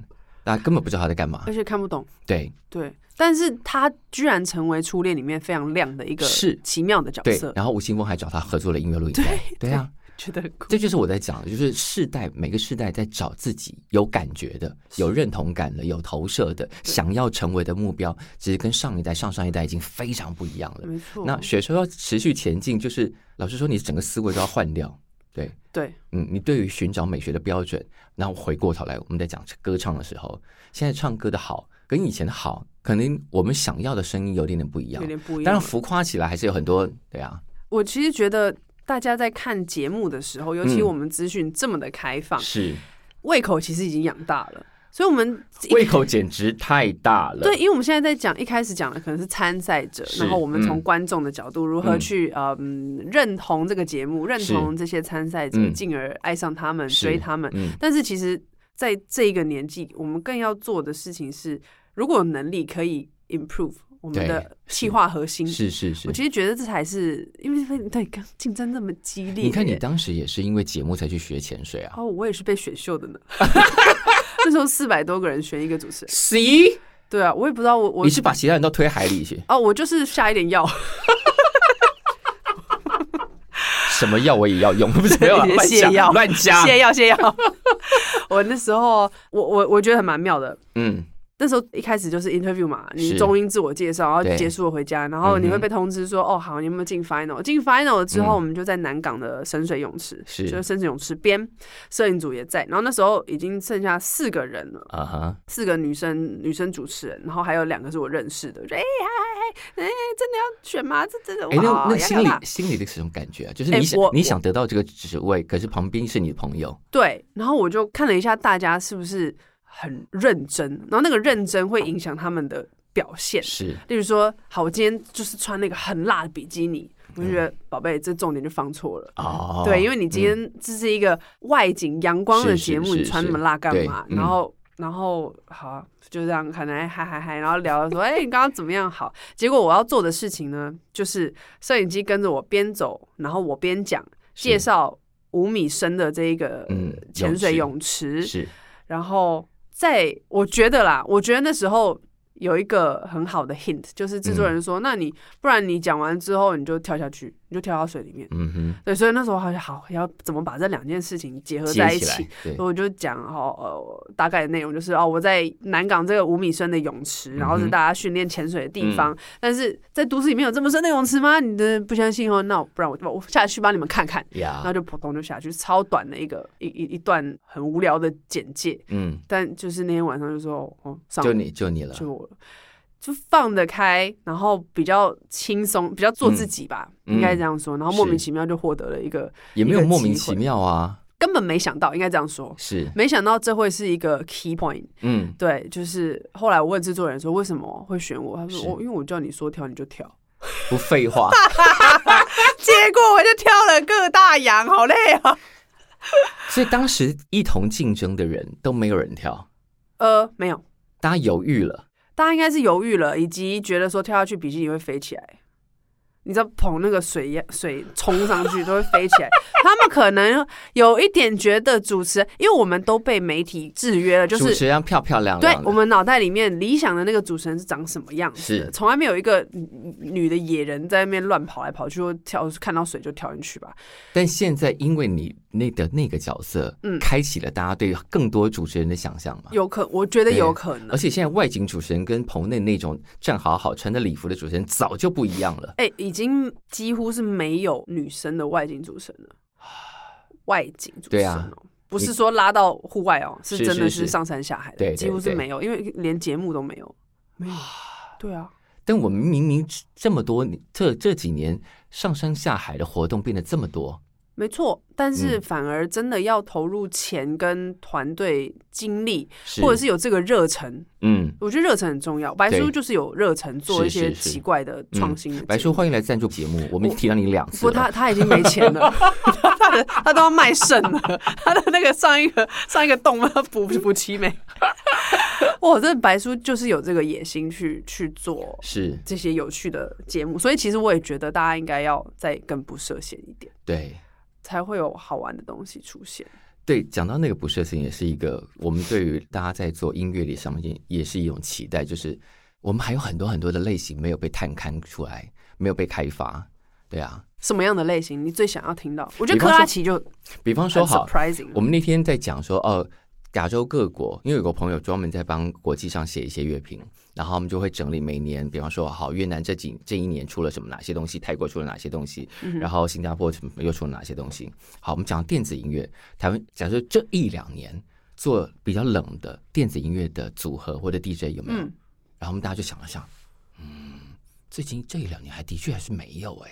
Speaker 2: 大家根本不知道他在干嘛
Speaker 1: 而。且看不懂，
Speaker 2: 对
Speaker 1: 对，但是他居然成为初恋里面非常亮的一个
Speaker 2: 是
Speaker 1: 奇妙的角
Speaker 2: 对
Speaker 1: 色，，
Speaker 2: 然后吴青峰还找他合作了音乐录影带。对啊，
Speaker 1: 觉得很酷。
Speaker 2: 这就是我在讲的，就是世代每个世代在找自己有感觉的、有认同感的、有投射的、想要成为的目标，其实跟上一代、上上一代已经非常不一样了。
Speaker 1: 没错，
Speaker 2: 那选修要持续前进，就是老师说，你整个思维都要换掉。对，
Speaker 1: 对，
Speaker 2: 嗯，你对于寻找美学的标准，然后回过头来，我们在讲歌唱的时候，现在唱歌的好跟以前的好，可能我们想要的声音有点点不一样
Speaker 1: 有。点不一
Speaker 2: 当
Speaker 1: 样
Speaker 2: 然，。浮夸起来还是有很多，对啊，
Speaker 1: 我其实觉得大家在看节目的时候，尤其
Speaker 2: 嗯
Speaker 1: 我们资讯这么的开放，
Speaker 2: 是
Speaker 1: 胃口其实已经养大了。所以，我们一
Speaker 2: 胃口简直太大了。
Speaker 1: 对，，因为我们现在在讲，一开始讲的可能是参赛者，
Speaker 2: 是
Speaker 1: 然后我们从
Speaker 2: 嗯
Speaker 1: 观众的角度如何去呃嗯认同这个节目，认
Speaker 2: 是
Speaker 1: 同这些参赛者，
Speaker 2: 嗯
Speaker 1: 进而爱上他们，
Speaker 2: 是
Speaker 1: 追他们。
Speaker 2: 嗯，
Speaker 1: 但是其实在这一个年纪，我们更要做的事情是，如果有能力可以 improve 我们
Speaker 2: 对
Speaker 1: 的企
Speaker 2: 是
Speaker 1: 划核心。
Speaker 2: 是是
Speaker 1: 嗯
Speaker 2: 是
Speaker 1: 我。其实觉得这才是因为对刚竞争这么激烈，
Speaker 2: 你看，你当时也是因为节目才去学潜水啊
Speaker 1: 哦，我也是被选秀的呢。 [laughs] 那时候四百多个人选一个主持人，
Speaker 2: ？C，
Speaker 1: 对啊，我也不知道我我
Speaker 2: 你是把其他人都推海里去？
Speaker 1: 哦，我就是下一点药，
Speaker 2: 什么药我也要用，不
Speaker 1: [laughs]
Speaker 2: 是没有啊
Speaker 1: 你的
Speaker 2: 乱
Speaker 1: 泻
Speaker 2: 加
Speaker 1: 药
Speaker 2: 乱加，
Speaker 1: 泻药泻药。 [laughs] 我那时候我我我觉得很蛮妙的。
Speaker 2: 嗯，
Speaker 1: 那时候一开始就是 interview 嘛，你
Speaker 2: 是
Speaker 1: 中英自我介绍，然后
Speaker 2: 对
Speaker 1: 结束了回家，然后你会
Speaker 2: 嗯哼
Speaker 1: 被通知说，哦，好，你有没有进 final？进 final 了之后，
Speaker 2: 嗯
Speaker 1: 我们就在南港的深水泳池，
Speaker 2: 是
Speaker 1: 就是深水泳池边，摄影组也在。然后那时候已经剩下四个人了，
Speaker 2: 啊哈，
Speaker 1: 四个女生女生主持人，然后还有两个是我认识的，我就哎嗨嗨，哎、真的要选吗？这真的
Speaker 2: 哎，那
Speaker 1: 哇
Speaker 2: 那
Speaker 1: 要
Speaker 2: 心里
Speaker 1: 要啦
Speaker 2: 心里的这种感觉啊，就是
Speaker 1: 哎
Speaker 2: 你想
Speaker 1: 我
Speaker 2: 你想得到这个职位，可是旁边是你的朋友，
Speaker 1: 对，然后我就看了一下大家是不是很认真，然后那个认真会影响他们的表现。
Speaker 2: 是
Speaker 1: 例如说，好，我今天就是穿那个很辣的比基尼，我就觉得宝贝，这重点就放错了。
Speaker 2: 嗯哦，
Speaker 1: 对，因为你今天这是一个外景阳光的
Speaker 2: 是是
Speaker 1: 节目，你
Speaker 2: 是
Speaker 1: 穿那
Speaker 2: 是
Speaker 1: 么辣干
Speaker 2: 对
Speaker 1: 嘛？
Speaker 2: 嗯
Speaker 1: 然后，然后好啊、就这样，可能嗨嗨嗨，然后聊说，哎、你刚刚怎么样？好，结果我要做的事情呢，就是摄影机跟着我边走，然后我边讲介
Speaker 2: 是
Speaker 1: 绍五米深的这一个
Speaker 2: 嗯
Speaker 1: 潜水
Speaker 2: 泳
Speaker 1: 泳池，
Speaker 2: 是
Speaker 1: 然后在我觉得啦，我觉得那时候。有一个很好的 hint，就是制
Speaker 2: 嗯
Speaker 1: 作人说：“那你不然你讲完之后你就跳下去，你就跳到水里面。”
Speaker 2: 嗯哼，
Speaker 1: 对，所以那时候好像好要怎么把这两件事情结合
Speaker 2: 接
Speaker 1: 在一
Speaker 2: 起来
Speaker 1: 起，，
Speaker 2: 对
Speaker 1: 所以，我就讲哦呃大概的内容就是哦我在南港这个五米深的泳池，然后是
Speaker 2: 嗯哼嗯
Speaker 1: 大家训练潜水的地方，但是在都市里面有这么深的泳池吗？你的不相信哦，那我不然我我下去帮你们看看，然后
Speaker 2: 呀，
Speaker 1: 就扑通就下去，超短的一个一一一段很无聊的简介，
Speaker 2: 嗯，
Speaker 1: 但就是那天晚上就说哦上
Speaker 2: 就你就你了，
Speaker 1: 就我就放得开，然后比较轻松，比较做自
Speaker 2: 嗯
Speaker 1: 己吧，
Speaker 2: 嗯
Speaker 1: 应该这样说，然后莫名
Speaker 2: 是
Speaker 1: 其妙就获得了一个。
Speaker 2: 也没有
Speaker 1: 一个
Speaker 2: 莫名
Speaker 1: 机会
Speaker 2: 其妙啊，
Speaker 1: 根本没想到，应该这样说，
Speaker 2: 是，
Speaker 1: 没想到这会是一个 key point。
Speaker 2: 嗯，
Speaker 1: 对，就是后来我问制作人说为什么会选我，他说
Speaker 2: 是
Speaker 1: 我、因为我叫你说跳你就跳，
Speaker 2: [laughs] 不
Speaker 1: [laughs]
Speaker 2: 废话，
Speaker 1: 结果我就跳了各大洋，好累啊。
Speaker 2: 所以当时一同竞争的人都没有人跳，
Speaker 1: 呃，没有，
Speaker 2: 大家犹豫了，
Speaker 1: 大家应该是犹豫了，以及觉得说跳下去比基尼会飞起来。你知道捧那个水压水冲上去都会飞起来， [laughs] 他们可能有一点觉得主持人，因为我们都被媒体制约了，就
Speaker 2: 主
Speaker 1: 是
Speaker 2: 持人漂漂亮
Speaker 1: 对
Speaker 2: 亮
Speaker 1: 我
Speaker 2: 的，
Speaker 1: 们脑袋里面理想的那个主持人是长什么样子的，
Speaker 2: 是
Speaker 1: 从来没有一个女女的野人在那边乱跑来跑去，或跳看到水就跳进去吧。
Speaker 2: 但现在因为你那的那个角色，
Speaker 1: 嗯
Speaker 2: 开启了大家对更多主持人的想象嘛。
Speaker 1: 有可，我觉得
Speaker 2: 对
Speaker 1: 有可能
Speaker 2: 而。且现在外景主持人跟棚内那种站好好穿着礼服的主持人早就不一样了。
Speaker 1: 哎、已经
Speaker 2: [sighs]
Speaker 1: 几乎是没有女生的外景主持人了，外景主持人、哦。
Speaker 2: 对啊
Speaker 1: 不是说拉到户外哦，是
Speaker 2: 是
Speaker 1: 真的
Speaker 2: 是
Speaker 1: 是
Speaker 2: 是
Speaker 1: 上山下海的，
Speaker 2: 对对
Speaker 1: 几乎是
Speaker 2: 对
Speaker 1: 没有，因为连节目都没
Speaker 2: [sighs]
Speaker 1: 有，没有，对啊，
Speaker 2: 但我们明明这么多年这这几年上山下海的活动变得这么多，
Speaker 1: 没错。但
Speaker 2: 嗯
Speaker 1: 是反而真的要投入钱跟团队精力，
Speaker 2: 是
Speaker 1: 或者是有这个热忱，
Speaker 2: 嗯，
Speaker 1: 我觉得热忱很重要。白叔
Speaker 2: 对
Speaker 1: 就是有热忱，做
Speaker 2: 是
Speaker 1: 一些
Speaker 2: 是是
Speaker 1: 奇怪的创新的节目。
Speaker 2: 白叔欢迎来赞助节目，我们已经提到你两次
Speaker 1: 不，
Speaker 2: 了。
Speaker 1: 他他已经没钱
Speaker 2: [laughs]
Speaker 1: 了，他的他都要卖肾了，他的那个上一个上一个洞要补补齐
Speaker 2: [laughs]
Speaker 1: 没？哇，这白叔就是有这个野心去去做
Speaker 2: 是
Speaker 1: 这些有趣的节目，所以其实我也觉得大家应该要再更不设限一点，
Speaker 2: 对
Speaker 1: 才会有好玩的东西出现。
Speaker 2: 对，讲到那个不设限，也是一个我们对于大家在做音乐里上面也是一种期待，就是我们还有很多很多的类型没有被探勘出来，没有被开发。对啊，
Speaker 1: 什么样的类型你最想要听到？我觉得
Speaker 2: 比
Speaker 1: 科
Speaker 2: 方说
Speaker 1: 拉奇就
Speaker 2: 比方
Speaker 1: 很
Speaker 2: 说好，
Speaker 1: surprising，
Speaker 2: 我们那天在讲说，哦，亚洲各国，因为有个朋友专门在帮国际上写一些乐评，然后我们就会整理每年，比方说，好，越南这几这一年出了什么哪些东西，泰国出了哪些东西，然后新加坡什么又出了哪些东西。好，我们讲电子音乐，台湾假设这一两年做比较冷的电子音乐的组合或者 DJ 有没有？
Speaker 1: 嗯
Speaker 2: 然后我们大家就想了想，嗯，最近这一两年还的确还是没有哎、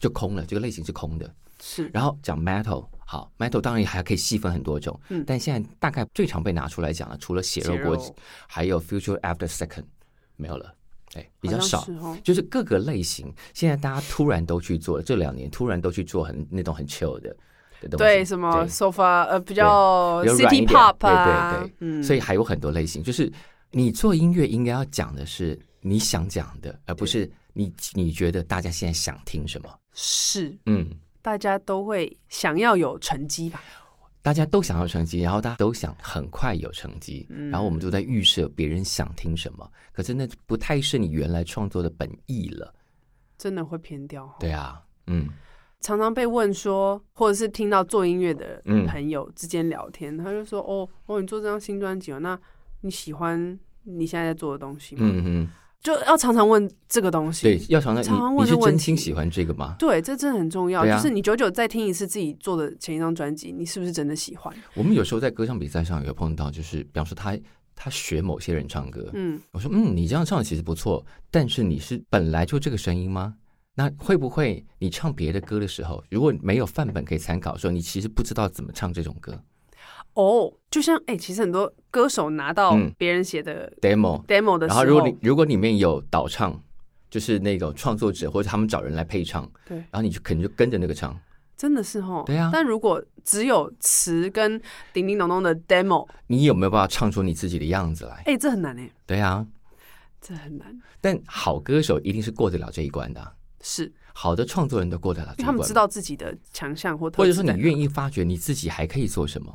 Speaker 2: 就空了，这个类型是空的。
Speaker 1: 是
Speaker 2: 然后讲 metal，好，metal 当然还可以细分很多种，
Speaker 1: 嗯
Speaker 2: 但现在大概最常被拿出来讲的，除了血肉国
Speaker 1: 血
Speaker 2: 际，
Speaker 1: 肉
Speaker 2: 还有 future after second，没有了，哎，比较
Speaker 1: 好像
Speaker 2: 少
Speaker 1: 是。哦，
Speaker 2: 就是各个类型，现在大家突然都去做了，这两年突然都去做很那种很 chill 的的东西，
Speaker 1: 对什么
Speaker 2: 对
Speaker 1: sofa 呃比较
Speaker 2: 比较软
Speaker 1: city
Speaker 2: 一点
Speaker 1: pop 啊，
Speaker 2: 对对对
Speaker 1: 嗯，
Speaker 2: 所以还有很多类型。就是你做音乐应该要讲的是你想讲的，而不是你你觉得大家现在想听什么。
Speaker 1: 是
Speaker 2: 嗯，
Speaker 1: 大家都会想要有成绩吧？
Speaker 2: 大家都想要成绩，然后大家都想很快有成绩，
Speaker 1: 嗯
Speaker 2: 然后我们都在预设别人想听什么，可是那不太是你原来创作的本意了。
Speaker 1: 真的会偏掉。
Speaker 2: 对啊，嗯，
Speaker 1: 常常被问说，或者是听到做音乐的
Speaker 2: 嗯
Speaker 1: 朋友之间聊天，他就说：“哦，哦，你做这张新专辑哦，那你喜欢你现在在做的东西吗？”
Speaker 2: 嗯嗯，
Speaker 1: 就要常常问这个东
Speaker 2: 对
Speaker 1: 西。，
Speaker 2: 要常
Speaker 1: 常
Speaker 2: 常
Speaker 1: 常
Speaker 2: 你
Speaker 1: 问
Speaker 2: 你
Speaker 1: 这
Speaker 2: 是
Speaker 1: 问
Speaker 2: 真心
Speaker 1: 题
Speaker 2: 喜欢这个吗？
Speaker 1: 对，这真的很重要。
Speaker 2: 对啊
Speaker 1: 就是你久久再听一次自己做的前一张专辑，你是不是真的喜欢？
Speaker 2: 我们有时候在歌唱比赛上有碰到，就是比方说他他学某些人唱歌，
Speaker 1: 嗯，
Speaker 2: 我说嗯，你这样唱其实不错，但是你是本来就这个声音吗？那会不会你唱别的歌的时候，如果没有范本可以参考的时候，你其实不知道怎么唱这种歌
Speaker 1: 哦，就像哎、其实很多歌手拿到
Speaker 2: 嗯
Speaker 1: 别人写的
Speaker 2: demo？
Speaker 1: demo 的时
Speaker 2: 然
Speaker 1: 候，
Speaker 2: 后如果你如果里面有导唱，就是那种创作者或者他们找人来配唱，
Speaker 1: 对
Speaker 2: 然后你就可能就跟着那个唱，
Speaker 1: 真的是哦，
Speaker 2: 对啊
Speaker 1: 但如果只有词跟叮叮咚咚的 demo，
Speaker 2: 你有没有办法唱出你自己的样子来？
Speaker 1: 哎、这很难哎、
Speaker 2: 对啊，
Speaker 1: 这很难，
Speaker 2: 但好歌手一定是过得了这一关的啊、
Speaker 1: 是
Speaker 2: 好的创作人都过得了
Speaker 1: 因为
Speaker 2: 这一
Speaker 1: 他
Speaker 2: 关，
Speaker 1: 们知，道自己的强项或特
Speaker 2: 或者
Speaker 1: 质
Speaker 2: 说
Speaker 1: 在
Speaker 2: 你
Speaker 1: 哪。
Speaker 2: 愿意发掘你自己还可以做什么。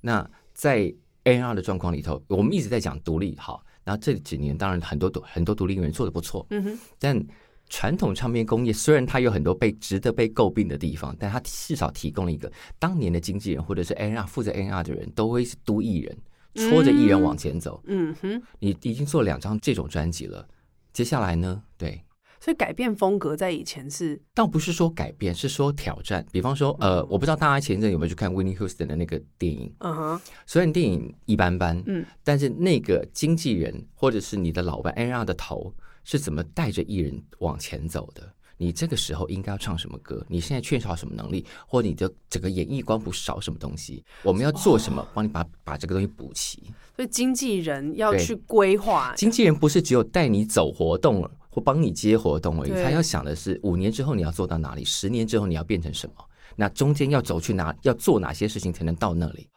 Speaker 2: 那在 N R 的状况里头，我们一直在讲独立好，然后这几年当然很多独很多独立音乐人做的不错，
Speaker 1: 嗯哼，
Speaker 2: 但传统唱片工业虽然它有很多被值得被诟病的地方，但它至少提供了一个当年的经纪人或者是 N R 负责 N R 的人都会是独艺人，戳着艺人往前走。
Speaker 1: 嗯哼，
Speaker 2: 你已经做两张这种专辑了，接下来呢？对，
Speaker 1: 所以改变风格在以前是
Speaker 2: 倒不是说改变，是说挑战。比方说，呃，我不知道大家前一阵有没有去看 Winnie Houston 的那个电影，
Speaker 1: 嗯哼，
Speaker 2: 虽然电影一般般，
Speaker 1: 嗯，
Speaker 2: 但是那个经纪人或者是你的老板 N R 的头是怎么带着艺人往前走的？你这个时候应该要唱什么歌？你现在缺少什么能力，或者你的整个演艺光谱少什么东西？我们要做什么，帮你把把这个东西补齐？
Speaker 1: 所以经纪人要
Speaker 2: 对
Speaker 1: 去规划，
Speaker 2: 经纪人不是只有带你走活动或帮你接活动而已，
Speaker 1: 对
Speaker 2: 他要想的是五年之后你要做到哪里，十年之后你要变成什么，那中间要走去哪，要做哪些事情才能到那里。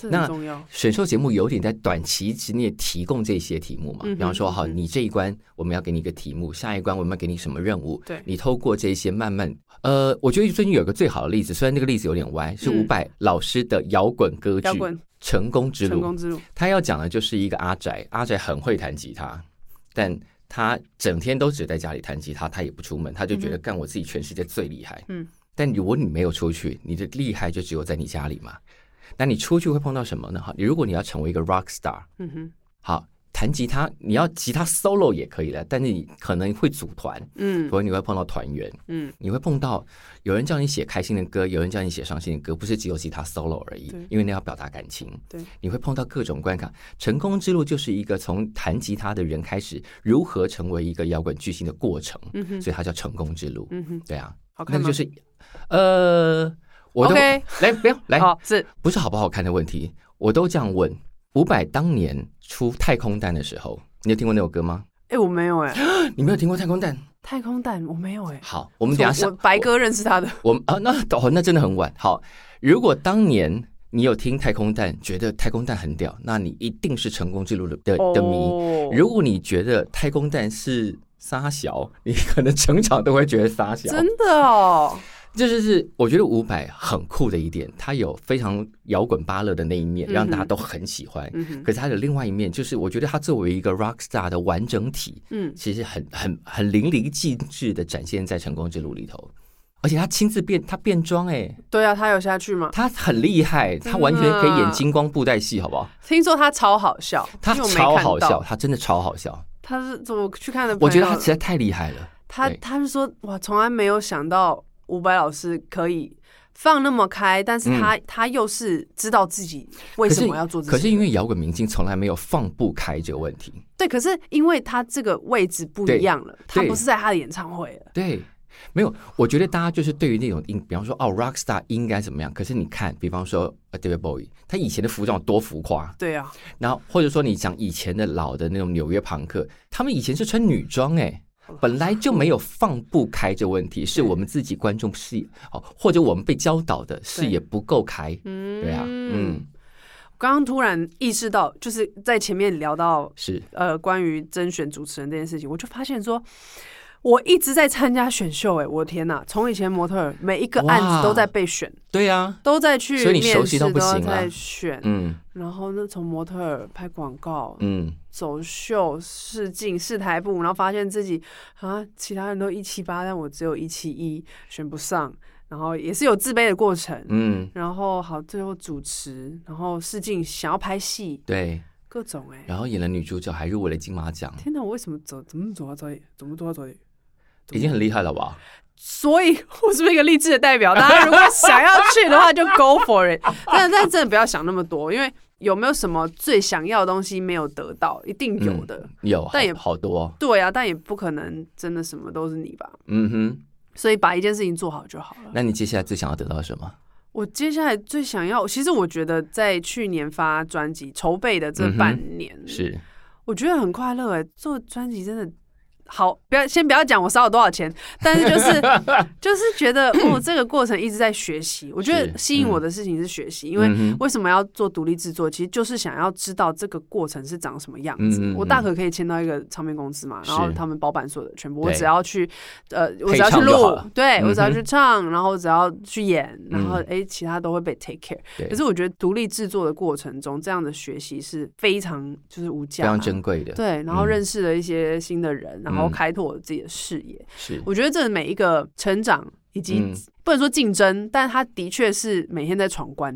Speaker 1: 这很
Speaker 2: 那
Speaker 1: 重要。
Speaker 2: 选秀节目有点在短期之内提供这些题目嘛，
Speaker 1: 嗯哼
Speaker 2: 比方说，好，
Speaker 1: 嗯哼
Speaker 2: 你这一关我们要给你一个题目，下一关我们要给你什么任务？
Speaker 1: 对
Speaker 2: 你透过这些慢慢，呃，我觉得最近有一个最好的例子，虽然那个例子有点歪，是伍
Speaker 1: 嗯
Speaker 2: 佰老师的摇滚歌剧
Speaker 1: 摇
Speaker 2: 《
Speaker 1: 滚
Speaker 2: 成功之
Speaker 1: 成
Speaker 2: 路》，
Speaker 1: 功之路，
Speaker 2: 他要讲的就是一个阿宅，阿宅很会弹吉他，但他整天都只在家里弹吉他，他也不出门，他就觉得干我自己全世界最厉害。
Speaker 1: 嗯，
Speaker 2: 但如果你没有出去，你的厉害就只有在你家里嘛。那你出去会碰到什么呢？哈，你如果你要成为一个 rock star，
Speaker 1: 嗯哼，
Speaker 2: 好，弹吉他，你要吉他 solo 也可以了，但是你可能会组团，
Speaker 1: 嗯
Speaker 2: 所以你会碰到团员，
Speaker 1: 嗯，
Speaker 2: 你会碰到有人叫你写开心的歌，有人叫你写伤心的歌，不是只有吉他 solo 而已
Speaker 1: 对，
Speaker 2: 因为那要表达感情。
Speaker 1: 对，
Speaker 2: 你会碰到各种关卡。成功之路就是一个从弹吉他的人开始，如何成为一个摇滚巨星的过程，
Speaker 1: 嗯哼，
Speaker 2: 所以它叫成功之路。
Speaker 1: 嗯哼，
Speaker 2: 对啊，
Speaker 1: 好
Speaker 2: 那
Speaker 1: 看
Speaker 2: 个
Speaker 1: 吗？
Speaker 2: 就是，呃，我都
Speaker 1: OK
Speaker 2: 来，不要来，
Speaker 1: 哦，是
Speaker 2: 不是好不好看的问题，我都这样问。伍佰当年出太空蛋的时候，你有听过那首歌吗？
Speaker 1: 哎，我没有哎，
Speaker 2: 你没有听过太空蛋？
Speaker 1: [gasps] 太空蛋我没有哎，
Speaker 2: 好，啊我们等一下
Speaker 1: 我
Speaker 2: 上
Speaker 1: 我白哥认识他的，
Speaker 2: 我们啊，那哦，那真的很晚。好，如果当年你有听太空蛋，觉得太空蛋很屌，那你一定是成功之路的的的迷。
Speaker 1: 哦
Speaker 2: 如果你觉得太空蛋是沙小，你可能成长都会觉得沙小。
Speaker 1: 真的哦，
Speaker 2: 这就是我觉得伍佰很酷的一点，他有非常摇滚巴乐的那一面，
Speaker 1: 嗯哼
Speaker 2: 让大家都很喜欢。
Speaker 1: 嗯哼，
Speaker 2: 可是他的另外一面，就是我觉得他作为一个 rock star 的完整体，
Speaker 1: 嗯，
Speaker 2: 其实很很很淋漓尽致的展现在成功之路里头。而且他亲自变，他变装哎、
Speaker 1: 对啊，他有下去吗？
Speaker 2: 他很厉害，他
Speaker 1: 真
Speaker 2: 完全可以演
Speaker 1: 的
Speaker 2: 金光布袋戏，好不好？
Speaker 1: 听说他超好笑，
Speaker 2: 他
Speaker 1: 因为我没
Speaker 2: 超
Speaker 1: 看
Speaker 2: 好
Speaker 1: 到
Speaker 2: 笑，，他真的超好笑。
Speaker 1: 他是怎么去看的朋友？
Speaker 2: 我觉得他实在太厉害了。
Speaker 1: 他
Speaker 2: 对
Speaker 1: 他是说哇，从来没有想到伍佰老师可以放那么开，但是他、他又是知道自己为
Speaker 2: 可
Speaker 1: 什
Speaker 2: 是
Speaker 1: 么要做这些，
Speaker 2: 嗯可是因为摇滚明星从来没有放不开这个问题，
Speaker 1: 对，可是因为他这个位置不
Speaker 2: 对
Speaker 1: 一样了，他
Speaker 2: 对
Speaker 1: 不是在他的演唱会了，
Speaker 2: 对，没有。我觉得大家就是对于那种应，比方说哦，rock star 应该怎么样？可是你看，比方说呃 David Bowie，他以前的服装有多浮夸，
Speaker 1: 对啊，
Speaker 2: 然后或者说你讲以前的老的那种纽约朋克，他们以前是穿女装哎、本来就没有放不开这问题，是我们自己观众视野哦，或者我们被教导的视野不够开，
Speaker 1: 嗯
Speaker 2: 对啊，嗯，
Speaker 1: 刚刚突然意识到，就是在前面聊到
Speaker 2: 是
Speaker 1: 呃关于甄选主持人这件事情，我就发现说。我一直在参加选秀、哎，我的天呐！从以前模特儿每一个案
Speaker 2: 哇
Speaker 1: 子都在被选，
Speaker 2: 对啊，
Speaker 1: 都在去面试，
Speaker 2: 所以你熟悉到不
Speaker 1: 都
Speaker 2: 行了
Speaker 1: 在选，
Speaker 2: 嗯
Speaker 1: 然后那从模特儿拍广告、
Speaker 2: 嗯，
Speaker 1: 走秀、试镜、试台步，然后发现自己啊，其他人都一七八，但我只有一七一，选不上，然后也是有自卑的过程。
Speaker 2: 嗯，
Speaker 1: 然后好，最后主持，然后试镜，想要拍戏，
Speaker 2: 对，
Speaker 1: 各种哎、
Speaker 2: 然后演了女主角，还入围了金马奖，
Speaker 1: 天哪，我为什么走怎么走到这里，怎么走到这里？
Speaker 2: 已经很厉害了吧？
Speaker 1: 所以我是不是一个励志的代表？大家如果想要去的话，就 go for it。但但真的不要想那么多，因为有没有什么最想要的东西没有得到，一定有的。
Speaker 2: 有，好
Speaker 1: 但也
Speaker 2: 好多哦，
Speaker 1: 对啊，但也不可能真的什么都是你吧，
Speaker 2: 嗯哼。
Speaker 1: 所以把一件事情做好就好了。
Speaker 2: 那你接下来最想要得到什么？
Speaker 1: 我接下来最想要，其实我觉得在去年发专辑筹备的这
Speaker 2: 嗯哼
Speaker 1: 半年，
Speaker 2: 是
Speaker 1: 我觉得很快乐哎，做专辑真的。好，不要先不要讲我烧了多少钱，但是就是
Speaker 2: [laughs]
Speaker 1: 就是觉得哦，这个过程一直在学习。我觉得
Speaker 2: 是
Speaker 1: 吸引我的事情是学习，因为
Speaker 2: 嗯哼
Speaker 1: 为什么要做独立制作？其实就是想要知道这个过程是长什么样子。
Speaker 2: 嗯嗯嗯
Speaker 1: 我大可可以签到一个唱片公司嘛，
Speaker 2: 是
Speaker 1: 然后他们包办所有的全部，我
Speaker 2: 对
Speaker 1: 只要去呃，我只要去
Speaker 2: 唱就好
Speaker 1: 录
Speaker 2: 了，
Speaker 1: 对
Speaker 2: 嗯哼
Speaker 1: 我只要去唱，然后我只要去演，然后
Speaker 2: 嗯
Speaker 1: 诶，其他都会被 take care。
Speaker 2: 对
Speaker 1: 可是我觉得独立制作的过程中，这样的学习是非常就是无
Speaker 2: 非
Speaker 1: 价、
Speaker 2: 常珍贵的，
Speaker 1: 啊对，然后
Speaker 2: 嗯
Speaker 1: 认识了一些新的人，然后
Speaker 2: 嗯
Speaker 1: 开拓我自己的视野。
Speaker 2: 是
Speaker 1: 我觉得这每一个成长以及、
Speaker 2: 嗯
Speaker 1: 不能说竞争，但他的确是每天在闯关。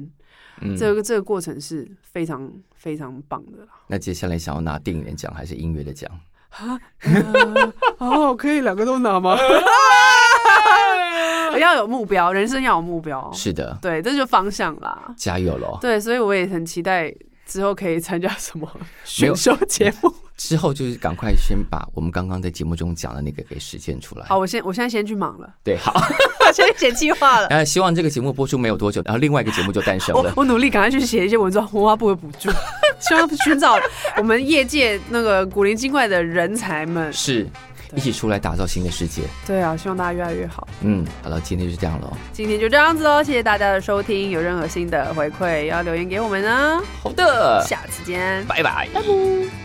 Speaker 2: 嗯
Speaker 1: 这个这个过程是非常非常棒的啦。
Speaker 2: 那接下来想要拿电影的奖还是音乐的奖？
Speaker 1: [laughs] 哦，可以两个都拿吗？ [laughs] 要有目标，人生要有目标，
Speaker 2: 是的，
Speaker 1: 对，这就方向啦。
Speaker 2: 加油喽！
Speaker 1: 哦对，所以我也很期待之后可以参加什么
Speaker 2: 没
Speaker 1: 选
Speaker 2: 有
Speaker 1: 秀节目。
Speaker 2: 之后就是赶快先把我们刚刚在节目中讲的那个给实践出
Speaker 1: [laughs]
Speaker 2: 来。
Speaker 1: 好，，我先我现在先去忙了，
Speaker 2: 对，好。
Speaker 1: 我 [laughs] 先写计划了。
Speaker 2: 然后希望这个节目播出没有多久，然后另外一个节目就诞生
Speaker 1: 我
Speaker 2: 了。
Speaker 1: 我努力赶快去写一些文章，文化部的补助，希望寻找我们业界那个古灵精怪的人才们。
Speaker 2: 是，
Speaker 1: 对
Speaker 2: 一起出来打造新的世界。
Speaker 1: 对啊，希望大家越来越好。
Speaker 2: 嗯，好了，今天就这样了。
Speaker 1: 今天就这样子哦，谢谢大家的收听。有任何新的回馈要留言给我们呢，
Speaker 2: 好的，
Speaker 1: 下次见。
Speaker 2: 拜拜。
Speaker 1: 拜拜